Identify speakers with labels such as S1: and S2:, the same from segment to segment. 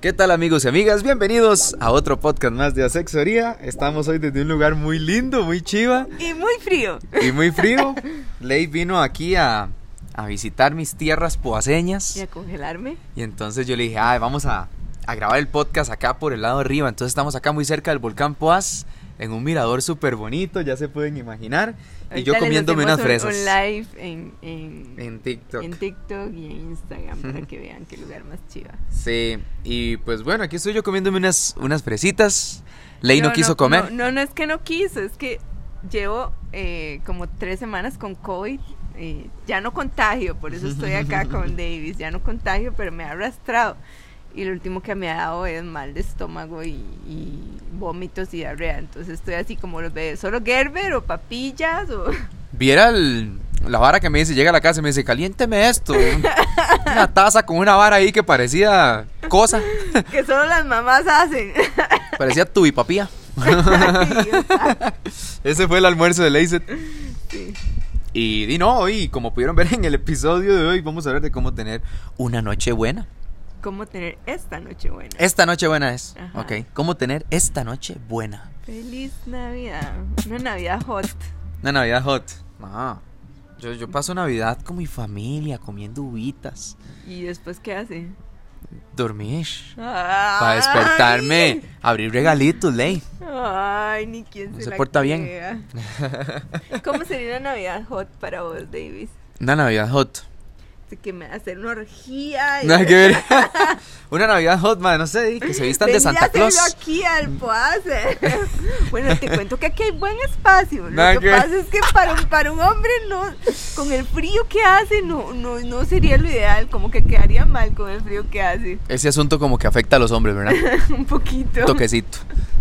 S1: ¿Qué tal amigos y amigas? Bienvenidos a otro podcast más de Asexoría. Estamos hoy desde un lugar muy lindo, muy chiva
S2: Y muy frío.
S1: y muy frío. Ley vino aquí a, a visitar mis tierras
S2: Y
S1: poaseñas
S2: a congelarme.
S1: y entonces yo le dije, ah, vamos a, a grabar el podcast acá por el lado de arriba. Entonces estamos acá muy cerca del volcán Poas, en un mirador súper bonito, ya se pueden imaginar. Y
S2: Ahorita
S1: yo
S2: les
S1: comiéndome unas
S2: hacemos un-
S1: fresas
S2: Un live en, en,
S1: en TikTok.
S2: en TikTok y en Instagram para que vean qué lugar más chiva.
S1: Sí, y pues bueno, aquí estoy yo comiéndome unas, unas fresitas. Ley no,
S2: No,
S1: quiso comer.
S2: No, no, no es que no quiso, es que llevo eh, como tres semanas con COVID. eh, ya no contagio, por eso estoy acá con Davis. Ya no contagio, pero me ha arrastrado. Y lo último que me ha dado es mal de estómago y, y vómitos y diarrea. Entonces estoy así como los bebés, solo Gerber o papillas o...
S1: Viera el- la vara que me dice, llega a la casa y me dice, caliénteme esto. Una taza con una vara ahí que parecía cosa,
S2: que solo las mamás hacen.
S1: parecía tubipapía.
S2: Ay, Dios. ah,
S1: Ese fue el almuerzo de Leicet.
S2: Sí.
S1: Y, y no, y como pudieron ver en el episodio de hoy, vamos a hablar de cómo tener una noche buena.
S2: ¿Cómo tener esta noche buena?
S1: Esta noche buena es.
S2: Ajá.
S1: Ok, cómo tener esta noche buena.
S2: Feliz Navidad. Una Navidad hot.
S1: Una Navidad hot. No. Yo, yo paso Navidad con mi familia, comiendo uvitas,
S2: ¿Y después qué hace?
S1: dormir. Para
S2: Para
S1: despertarme, abrir regalitos, ley.
S2: Ay, ni quién
S1: No
S2: se,
S1: se
S2: la
S1: porta bien.
S2: crea. ¿Cómo sería una Navidad hot para vos, Davis?
S1: Una Navidad hot.
S2: Así que me hacer una orgía. y-
S1: Nada que ver. Una Navidad hot, madre, no sé, y que se vistan de
S2: Vení a
S1: Santa
S2: hacerlo
S1: Claus.
S2: aquí al Poase. bueno, te cuento que aquí hay buen espacio. Lo
S1: Nada
S2: que
S1: que ver.
S2: pasa es que para un, para un hombre no, con el frío que hace no, no, no sería lo ideal, como que quedaría mal con el frío que hace,
S1: Ese asunto como que afecta a los hombres, ¿verdad?
S2: un poquito.
S1: Toquecito.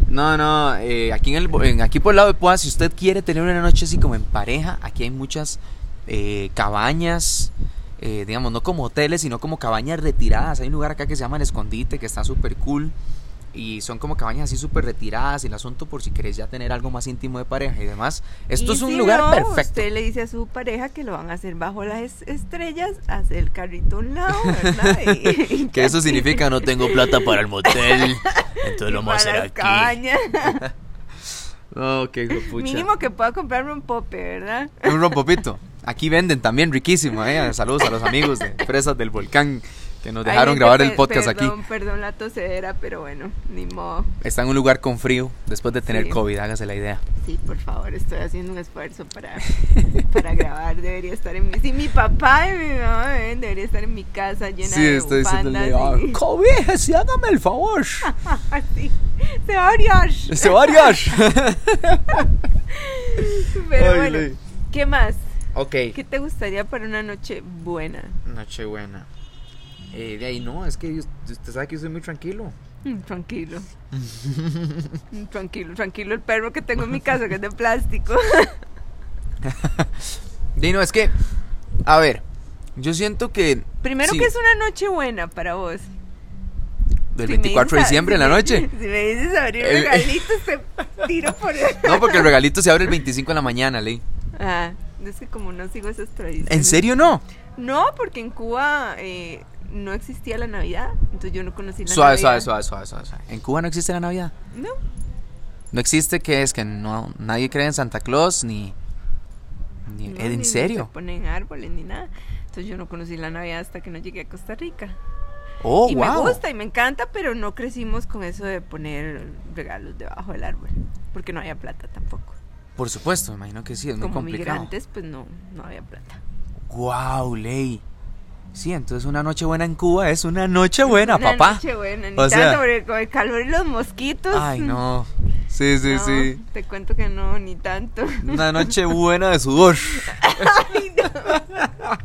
S1: No, no, eh, aquí, en el, bo- en- aquí por el lado de Poa, si usted quiere tener una noche así como en pareja, aquí hay muchas eh, cabañas, eh, digamos, no como hoteles, sino como cabañas retiradas. Hay un lugar acá que se llama El Escondite, que está súper cool. Y son como cabañas así súper retiradas. Y el asunto, por si querés ya tener algo más íntimo de pareja y demás. Esto
S2: Y
S1: es un
S2: si
S1: lugar
S2: no,
S1: perfecto.
S2: Usted le dice a su pareja que lo van a hacer bajo las es- estrellas, hacer el carrito a un lado, ¿verdad? Y- y
S1: Que eso
S2: así-
S1: significa no tengo plata para el motel. Entonces lo
S2: y
S1: vamos a hacer
S2: para las
S1: aquí.
S2: cabañas.
S1: Oh, qué hijuepucha.
S2: Mínimo que pueda comprarme un pope, ¿verdad?
S1: Un rompopito. Aquí venden también riquísimo, ¿eh? Saludos a los amigos de Fresas del Volcán que nos
S2: Ay,
S1: dejaron
S2: gente,
S1: grabar el
S2: pe-
S1: podcast
S2: perdón,
S1: aquí.
S2: Perdón la tosedera, pero bueno, ni modo.
S1: Está en un lugar con frío después de tener
S2: Sí.
S1: COVID, hágase la idea.
S2: Sí, por favor, estoy haciendo un esfuerzo para, para grabar. Debería estar en mi. Si mi papá y mi mamá me ven, debería estar en mi casa llena de bufandas y-
S1: "Ah, COVID, sí, hágame el favor.
S2: Sí, Se va a oriar.
S1: "Ah, Se va a liar.
S2: Pero
S1: Ay,
S2: bueno,
S1: Ley.
S2: ¿qué más?
S1: Ok.
S2: ¿Qué te gustaría para una noche buena?
S1: Nochebuena. Eh, de ahí no, es que yo- usted sabe que yo soy muy tranquilo.
S2: Mm, Tranquilo. Mm, Tranquilo, tranquilo el perro que tengo en mi casa que es de plástico.
S1: Dino, es que, a ver, yo siento que...
S2: Primero
S1: sí,
S2: que es una noche buena para vos.
S1: Del
S2: Si me
S1: 24 de
S2: dices a-
S1: diciembre en la
S2: si me-
S1: noche.
S2: Si me dices abrir
S1: El-
S2: regalitos, te tiro por el...
S1: No, porque el regalito se abre el 25 en la mañana, Ley.
S2: Ah, es que como no sigo esas tradiciones.
S1: ¿En serio no?
S2: No, porque en Cuba eh, no existía la Navidad, entonces yo no conocí la
S1: Suave, suave,
S2: Navidad.
S1: suave, suave, suave, suave. En Cuba no existe la Navidad.
S2: No,
S1: No existe que es que no nadie cree en Santa Claus ni, ni-
S2: no, ni-
S1: en
S2: ni
S1: serio.
S2: se ponen árboles ni nada. Entonces yo no conocí la Navidad hasta que no llegué a Costa Rica.
S1: Oh,
S2: y
S1: wow.
S2: me gusta y me encanta, pero no crecimos con eso de poner regalos debajo del árbol, porque no había plata tampoco.
S1: Por supuesto, me imagino que sí, es muy
S2: Como
S1: complicado.
S2: migrantes, pues no, no había plata.
S1: Wow, ley. Sí, entonces una noche buena en Cuba es una noche buena,
S2: Una
S1: papá.
S2: noche buena, ni
S1: O sea-
S2: tanto, porque con el calor y los mosquitos.
S1: Ay, no. Sí, sí,
S2: no,
S1: sí.
S2: Te cuento que no, ni tanto.
S1: Una noche buena de sudor.
S2: Ay, no.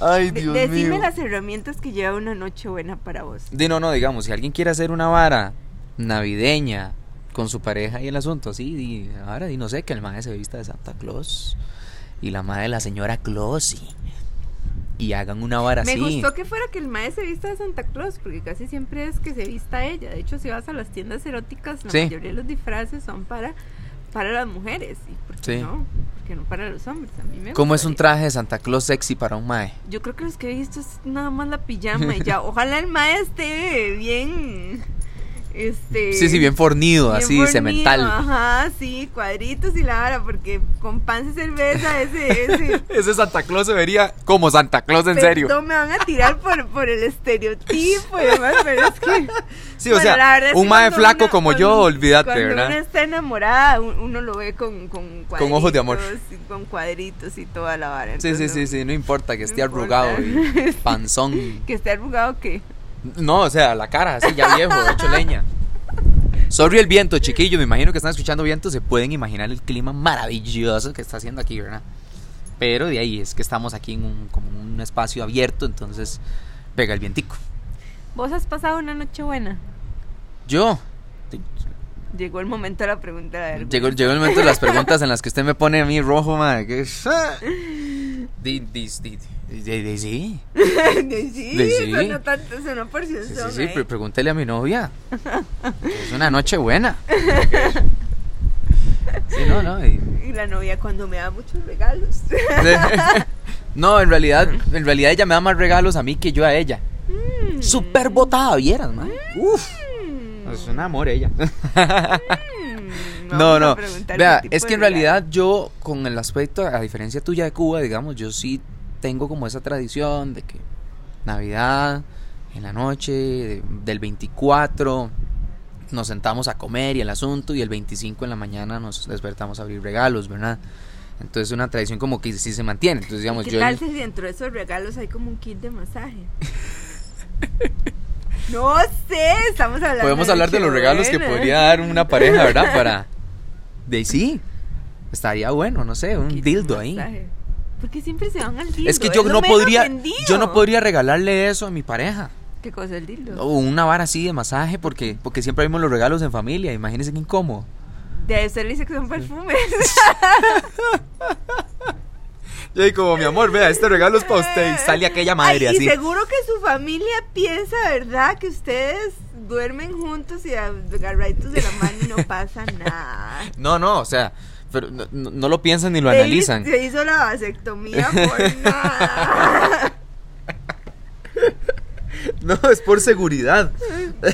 S1: Ay,
S2: De-
S1: Dios
S2: Decime
S1: mío.
S2: las herramientas que lleva una noche buena para vos.
S1: De no, no, digamos, si alguien quiere hacer una vara navideña con su pareja y el asunto así, di, ahora di, no sé, que el madre se vista de Santa Claus y la madre de la señora Claus y, y hagan una vara
S2: Me
S1: así.
S2: gustó que fuera que el maestro se vista de Santa Claus, porque casi siempre es que se vista ella. De hecho, si vas a las tiendas eróticas, la
S1: Sí.
S2: mayoría de los disfraces son para para las mujeres. ¿Y por qué
S1: Sí.
S2: no? ¿Por qué no para los hombres? A mí me
S1: ¿Cómo es un
S2: gustaría.
S1: traje de Santa Claus sexy para un mae?
S2: Yo creo que los que he visto es nada más la pijama y ya. Ojalá el maestro esté bien. Este,
S1: Sí, sí, bien fornido,
S2: bien
S1: así,
S2: fornido,
S1: cemental.
S2: Ajá, sí, cuadritos y la vara, porque con pan y cerveza ese, ese
S1: Ese Santa Claus se vería como Santa Claus en serio.
S2: No me van a tirar por, por el estereotipo y demás, pero es que.
S1: Sí, o
S2: bueno, la verdad
S1: sea,
S2: es
S1: un
S2: que
S1: mae
S2: cuando
S1: flaco
S2: una-
S1: como yo,
S2: cuando-
S1: olvídate,
S2: cuando uno
S1: ¿verdad?
S2: está enamorada, un- uno lo ve con, con cuadritos.
S1: Con ojos de amor.
S2: y Con cuadritos y toda la vara.
S1: Sí, sí,
S2: entonces,
S1: sí, sí, no importa que esté
S2: no importa.
S1: arrugado y panzón.
S2: Que esté arrugado, que.
S1: No, o sea, la cara, así ya viejo, hecho leña. Sorry el viento, chiquillo. Me imagino que están escuchando viento. Se pueden imaginar el clima maravilloso que está haciendo aquí, ¿verdad? Pero de ahí es que estamos aquí en un, como un espacio abierto, entonces pega el vientico.
S2: Vos has pasado una noche buena.
S1: Yo,
S2: Llegó el momento de la pregunta de la vergüenza.
S1: llegó, llegó el momento de las preguntas en las que usted me pone a mí rojo, madre. Que es, ah. Di- di- di- di- di- di- sí.
S2: De sí,
S1: De sí.
S2: sonó tanto, sonó por si
S1: Sí,
S2: son,
S1: sí, sí,
S2: ¿eh?
S1: pre- pregúntele a mi novia. Es una noche buena. Sí, no, no. y-
S2: Y la novia cuando me da muchos regalos.
S1: No, en realidad, en realidad ella me da más regalos a mí que yo a ella.
S2: Mm.
S1: Súper botada, vieras, man. Uf.
S2: Mm.
S1: Es un amor ella.
S2: Mm.
S1: No,
S2: Vamos a
S1: no.
S2: preguntar
S1: Vea,
S2: qué tipo
S1: es que
S2: de
S1: en
S2: regalo.
S1: realidad yo, con el aspecto, a diferencia tuya de Cuba, digamos, yo sí tengo como esa tradición de que Navidad, en la noche, de- del 24, nos sentamos a comer y el asunto, y el 25 en la mañana nos despertamos a abrir regalos, ¿verdad? Entonces es una tradición como que sí se mantiene. Entonces, digamos,
S2: ¿Qué
S1: yo.
S2: tal si dentro de esos regalos hay como un kit de masaje? no sé, estamos hablando.
S1: Podemos hablar de los regalos que
S2: Nochebuena.
S1: podría dar una pareja, ¿verdad? Para. De sí. Estaría bueno, no sé, un
S2: Kit de
S1: dildo ahí.
S2: masaje. Porque siempre se van al dildo.
S1: Es que yo
S2: lo
S1: no
S2: menos
S1: podría
S2: vendido.
S1: yo no podría regalarle eso a mi pareja.
S2: ¿Qué cosa el dildo?
S1: O una vara así de masaje porque porque siempre vimos los regalos en familia, imagínense qué incómodo.
S2: De usted le dice que son perfumes.
S1: Yo ahí como mi amor, vea, este regalo es para usted y sale aquella madre
S2: Ay,
S1: así.
S2: Y seguro que su familia piensa, ¿verdad? Que ustedes duermen juntos y agarraditos de la mano y no pasa nada.
S1: No, no, o sea, pero no, no- no lo piensan ni lo
S2: David
S1: analizan.
S2: Se hizo la vasectomía por nada.
S1: No, es por seguridad.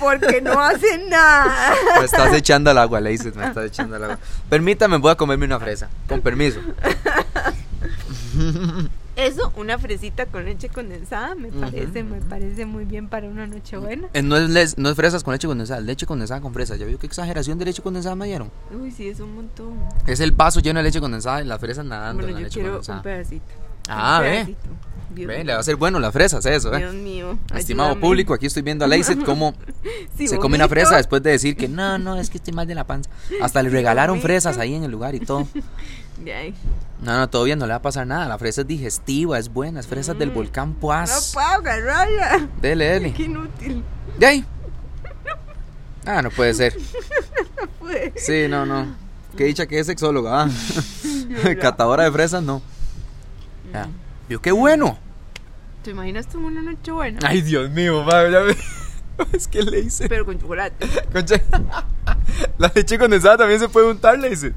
S2: Porque no hace nada.
S1: Me estás echando al agua, le dices, me estás echando al agua. Permítame, voy a comerme una fresa. Con permiso.
S2: Eso, una fresita con leche condensada, me
S1: Ujú,
S2: parece, me parece muy bien para una noche buena.
S1: Eh, No es, les- no es fresas con leche condensada, leche condensada con fresa. ¿Ya vio qué exageración de leche condensada me dieron?
S2: Uy, sí, es un montón.
S1: Es el vaso lleno de leche condensada y las fresas nadando en
S2: Bueno,
S1: la
S2: yo
S1: leche
S2: quiero un
S1: condensada.
S2: pedacito.
S1: Ah,
S2: un
S1: ve.
S2: pedacito. Dios
S1: Ve,
S2: mío.
S1: le va a ser bueno las fresas, eso,
S2: Dios
S1: eh.
S2: mío.
S1: Estimado
S2: ayúdame.
S1: público, aquí estoy viendo a Lacey cómo
S2: Si
S1: se come una
S2: vomito,
S1: fresa después de decir que no, no, es que estoy mal de la panza. Hasta le
S2: Si
S1: regalaron
S2: vomito.
S1: fresas ahí en el lugar y todo.
S2: de ahí.
S1: No, no, todo bien, no le va a pasar nada. La fresa es digestiva, es buena, es fresas del volcán
S2: Mm. No
S1: Poás.
S2: puedo agarrarla.
S1: Dele, dele.
S2: Qué inútil.
S1: De ahí. Ah, no puede ser.
S2: Fue.
S1: Sí, no, no. Qué dicha que es sexóloga. ah.
S2: Yo la-
S1: Catadora de fresas, no. Ya.
S2: Mm.
S1: Vio qué bueno.
S2: ¿Te imaginas tú una noche buena?
S1: Ay, Dios mío, madre. ya me- Es que le hice.
S2: Pero con chocolate.
S1: Concha. La leche condensada también se puede untar, le dice.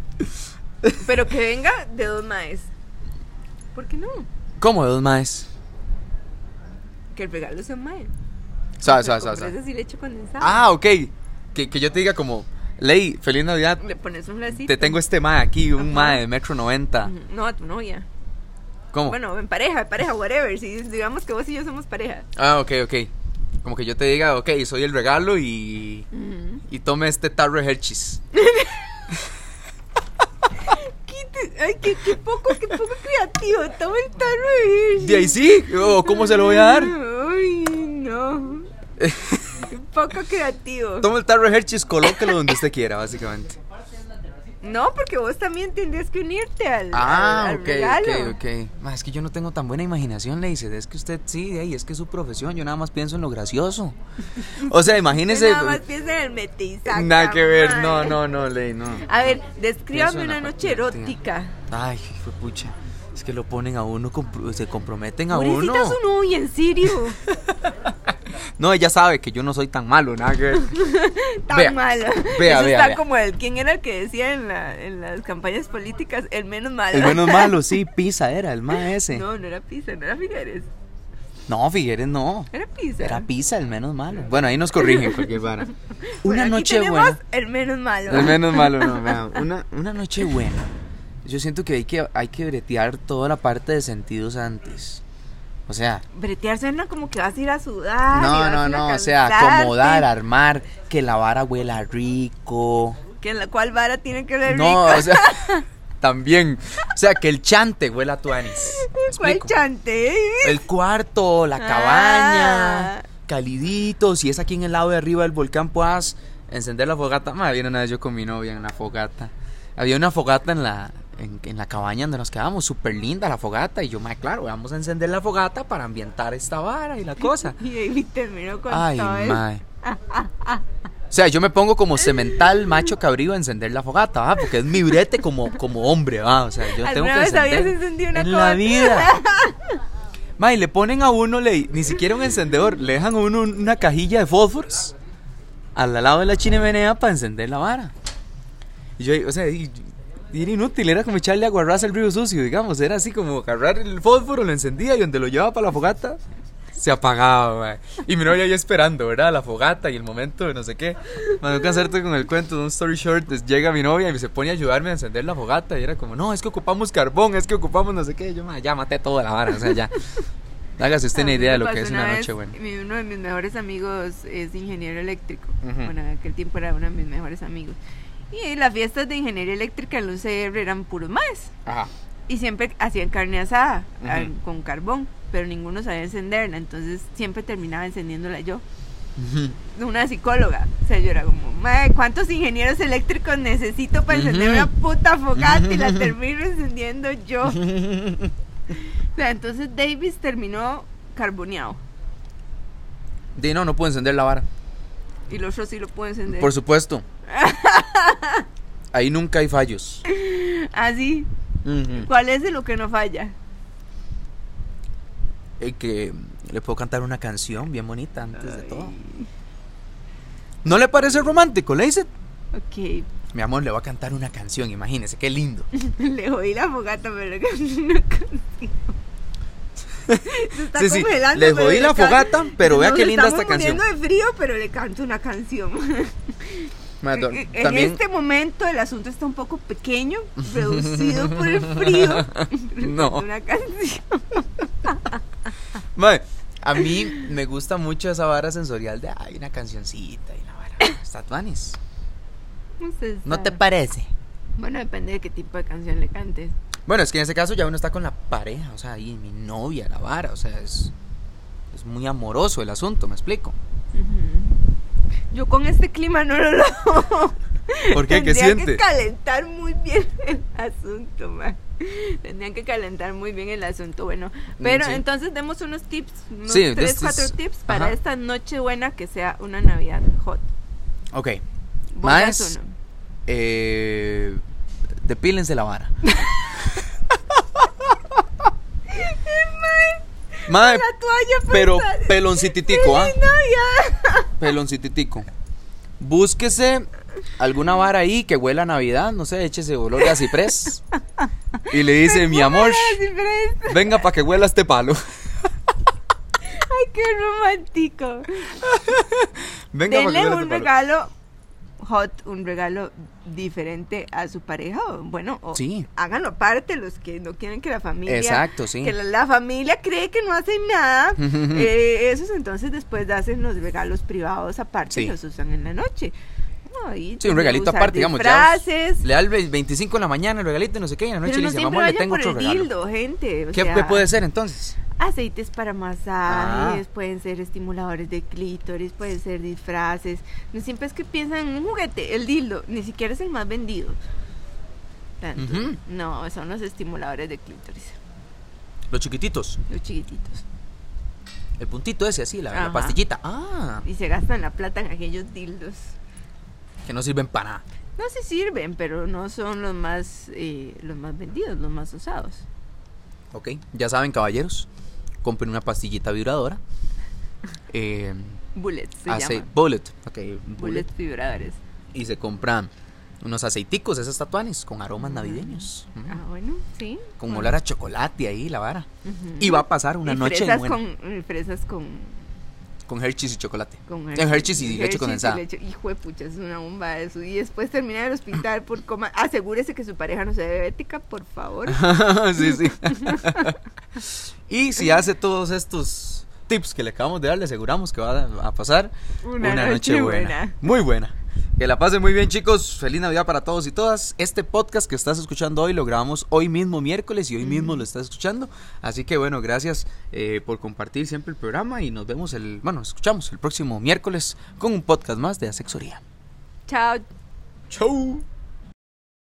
S2: Pero que venga de dos maes. ¿Por qué no?
S1: ¿Cómo dos maes?
S2: Que el regalo sea un mae.
S1: Sabe, sabe,
S2: Pero con
S1: sabe, sabe.
S2: fresas y leche condensada.
S1: Ah, ok. Que, que yo te diga como, Ley, feliz Navidad.
S2: Le pones un lacito.
S1: Te tengo este mae aquí, un
S2: Ajá.
S1: mae de metro 90.
S2: Ujú. No, a tu novia.
S1: ¿Cómo?
S2: Bueno, en pareja, en pareja, whatever. Si digamos que vos y yo somos pareja.
S1: Ah, ok, ok. Como que yo te diga, ok, soy el regalo y.
S2: Ujú.
S1: Y tome este tarro de Hershey's.
S2: ¿Qué te- Ay, qué, qué poco, qué poco creativo. Toma el tarro de Hershey.
S1: ¿De ahí sí? ¿O ¿Cómo se lo voy a dar?
S2: Ay, no. Qué poco creativo.
S1: Toma el tarro de Hershey's, colóquelo donde usted quiera, básicamente.
S2: No, porque vos también tendrías que unirte al, al-
S1: Ah,
S2: al
S1: ok,
S2: regalo.
S1: ok, ok. Ma, es que yo no tengo tan buena imaginación, le dice. Es que usted sí, de ahí, es que es su profesión. Yo nada más pienso en lo gracioso. O sea,
S2: Yo
S1: imagínese.
S2: Nada más piensa en el metizaca.
S1: Nada que ver,
S2: mae.
S1: no, no, no, Ley, no.
S2: A ver,
S1: Pienso
S2: descríbame
S1: en
S2: una
S1: la
S2: noche
S1: partida.
S2: erótica.
S1: Ay, fue pucha. Es que lo ponen a uno, compro- se comprometen a
S2: Pobrecita
S1: uno.
S2: su novia, en serio.
S1: No, ella sabe que yo no soy tan malo, nada que ver.
S2: Tan
S1: Vea,
S2: malo.
S1: vea,
S2: Eso
S1: vea,
S2: está
S1: vea.
S2: como el. ¿Quién era el que decía en, la- en las campañas políticas? El menos malo.
S1: El menos malo, sí, Pisa era, el más ese. No,
S2: No, no era Pisa, no era Figueres.
S1: Figueres no.
S2: Era Pisa.
S1: Era Pisa el menos malo. Bueno, ahí nos corrigen porque para. Una
S2: Bueno, aquí
S1: noche
S2: tenemos
S1: buena.
S2: El menos malo.
S1: El menos malo, no, vean, Una, una noche buena. Yo siento que hay que hay que bretear toda la parte de sentidos antes. O sea,
S2: Bretear suena como que vas a ir a sudar. y
S1: no,
S2: vas a
S1: no,
S2: ir a
S1: no, o sea,
S2: cansarte,
S1: acomodar, armar, que la vara huela rico.
S2: Que en la cual vara tiene que ver
S1: No,
S2: rico.
S1: o sea, también. O sea, que el chante huela a tuanis.
S2: ¿Cuál
S1: explico.
S2: chante?
S1: El cuarto, la
S2: Ah.
S1: cabaña, calidito, si es aquí en el lado de arriba del volcán Poás, encender la fogata. Madre, viene una vez yo con mi novia en la fogata. Había una fogata en la, en, en la cabaña donde nos quedábamos, súper linda la fogata. Y yo, madre, claro, vamos a encender la fogata para ambientar esta vara y la cosa.
S2: Y David terminó con
S1: Ay,
S2: todo eso.
S1: madre. O sea, yo me pongo como cemental macho cabrío a encender la fogata, ¿va? Porque es mi brete como, como hombre, ¿va? O sea, yo tengo que
S2: ¿Alguna vez habías
S1: encender
S2: encendido una
S1: en
S2: cosa?
S1: la vida. Ma, y le ponen a uno, le, ni siquiera un encendedor, le dejan a uno un- una cajilla de fósforos al lado de la chimenea para encender la vara. Y yo, o sea, y- y era inútil, era como echarle aguarrás al río sucio, digamos, era así como agarrar el fósforo, lo encendía y donde lo llevaba para la fogata, se apagaba, ma. Y mi novia ahí esperando, ¿verdad? La fogata y el momento de no sé qué. Para no cansarte con el cuento de un story short, es- llega mi novia y se pone a ayudarme a encender la fogata. Y era como, no, es que ocupamos carbón, es que ocupamos no sé qué. Yo, ma, ya maté toda la vara, o sea, ya. Hágase usted
S2: A
S1: una
S2: mí
S1: idea
S2: me
S1: de lo que
S2: Ah, pasó
S1: es una
S2: vez,
S1: noche buena.
S2: mi- uno de mis mejores amigos es ingeniero eléctrico.
S1: Ujú.
S2: Bueno, en aquel tiempo era uno de mis mejores amigos. Y las fiestas de ingeniería eléctrica en la UCR eran puros maes.
S1: Ajá.
S2: Y siempre hacían carne asada
S1: Ujú.
S2: al- con carbón, pero ninguno sabía encenderla. Entonces siempre terminaba encendiéndola yo. Una psicóloga. O sea, yo era como, "Mae, ¿cuántos ingenieros eléctricos necesito para encender
S1: Ujú.
S2: una puta fogata? Y la
S1: Ujú.
S2: termino encendiendo yo. O sea, entonces Davis terminó carboneado.
S1: Di, no, no puedo encender la vara.
S2: Y el otro sí lo puedo encender.
S1: Por supuesto. Ahí nunca hay fallos.
S2: Así.
S1: Ujú.
S2: Ah, ¿Cuál es de lo que no falla?
S1: Eh, que le puedo cantar una canción bien bonita antes de todo.
S2: Ay,
S1: ¿No le parece romántico, Lacey?
S2: Ok.
S1: Mi amor, le va a cantar una canción, imagínese, qué lindo.
S2: Le oí la fogata, pero que no consigo. Se está
S1: Sí, sí,
S2: congelando,
S1: le
S2: pero
S1: jodí la
S2: can-
S1: fogata, pero vea
S2: Nos
S1: qué linda esta
S2: estamos
S1: canción.
S2: muriendo de frío, pero le canto una canción.
S1: Ma, do-
S2: en
S1: También,
S2: este momento el asunto está un poco pequeño, reducido por el frío. Le
S1: No.
S2: canto Una canción.
S1: ma, a mí me gusta mucho esa vara sensorial de, ay, una cancioncita y la vara. Statuanis.
S2: No sé,
S1: ¿No te
S2: sabe.
S1: parece?
S2: Bueno, depende de qué tipo de canción le cantes.
S1: Bueno, es que en ese caso ya uno está con la pareja, o sea, ahí mi novia, la vara, o sea, es, es muy amoroso el asunto, me explico.
S2: Ujú. Yo con este clima no lo logro.
S1: ¿Por qué? ¿Qué
S2: Tendría
S1: siente?
S2: que calentar muy bien el asunto, ma. Tendrían que calentar muy bien el asunto, bueno. Pero
S1: Mm, sí.
S2: entonces demos unos tips, unos
S1: Sí,
S2: tres,
S1: this
S2: cuatro
S1: is-
S2: tips para
S1: ajá.
S2: esta noche buena que sea una Navidad hot.
S1: Ok,
S2: Vos
S1: Más-
S2: das uno.
S1: eh, depílense la vara. Madre,
S2: La toalla puesta.
S1: pero peloncititico, ¿ah?
S2: ¡Feliz Navidad!
S1: Peloncititico. Búsquese alguna vara ahí que huela a Navidad, no sé, échese olor de ciprés. Y le dice, mi amor,
S2: Ay, diferente.
S1: venga para que huela este palo.
S2: Ay, qué romántico.
S1: Venga para que
S2: Denle
S1: huela este palo.
S2: un regalo hot, un regalo diferente a su pareja, o, bueno, o
S1: Sí.
S2: háganlo aparte los que no quieren que la familia,
S1: Exacto, sí.
S2: que la, la familia cree que no hacen nada, eh, esos entonces después hacen los regalos privados aparte
S1: Sí.
S2: y los usan en la noche. No, y
S1: Sí, un
S2: pueden
S1: regalito
S2: usar
S1: aparte, digamos. ya
S2: disfraces,
S1: le da el 25 en la mañana el regalito, y no sé qué, y en la noche
S2: pero
S1: le
S2: no
S1: dice,
S2: siempre
S1: mamá, le
S2: vayan
S1: tengo
S2: por
S1: otro
S2: el
S1: regalo.
S2: dildo, gente. o
S1: ¿Qué,
S2: sea,
S1: qué puede ser entonces?
S2: Aceites para
S1: Ah.
S2: masajes, pueden ser estimuladores de clítoris, pueden ser disfraces. No siempre es que piensan en un juguete, el dildo, ni siquiera es el más vendido. Tanto.
S1: Ujú.
S2: No, son los estimuladores de clítoris,
S1: Los chiquititos,
S2: los chiquititos.
S1: el puntito ese así, la, la
S2: Ajá.
S1: pastillita. Ah,
S2: Y se gastan la plata en aquellos dildos.
S1: que no sirven para nada.
S2: No se sirven, pero no son los más, eh, los más vendidos, los más usados.
S1: Ok, ya saben, caballeros, compren una pastillita vibradora. eh,
S2: Bullets se
S1: Ace-
S2: llaman.
S1: Bullet. Ok, bullet.
S2: Bullets vibradores.
S1: Y se compran unos aceiticos, esas tatuanes, con aromas navideños. Mm.
S2: Ah, bueno, sí.
S1: Con
S2: bueno.
S1: olor a chocolate ahí, la vara.
S2: Ujú.
S1: Y va a pasar una
S2: Y
S1: noche
S2: fresas
S1: buena.
S2: con y fresas con
S1: Con Hershey's y chocolate.
S2: con
S1: Eh, Hershey's y leche
S2: Hershey's
S1: condensada.
S2: leche- Hijo de pucha, es una bomba eso. Y después termina en el hospital por coma. Asegúrese que su pareja no sea diabética, por favor.
S1: sí, sí. y si hace todos estos tips que le acabamos de dar, le aseguramos que va a- a pasar una, noche, buena. Muy buena. Que la pasen muy bien, chicos. Feliz Navidad para todos y todas. Este podcast que estás escuchando hoy lo grabamos hoy mismo miércoles y hoy mismo lo estás escuchando. Así que bueno, gracias eh, por compartir siempre el programa y nos vemos el, bueno, nos escuchamos el próximo miércoles con un podcast más de Asexoría.
S2: Chao.
S1: Chau.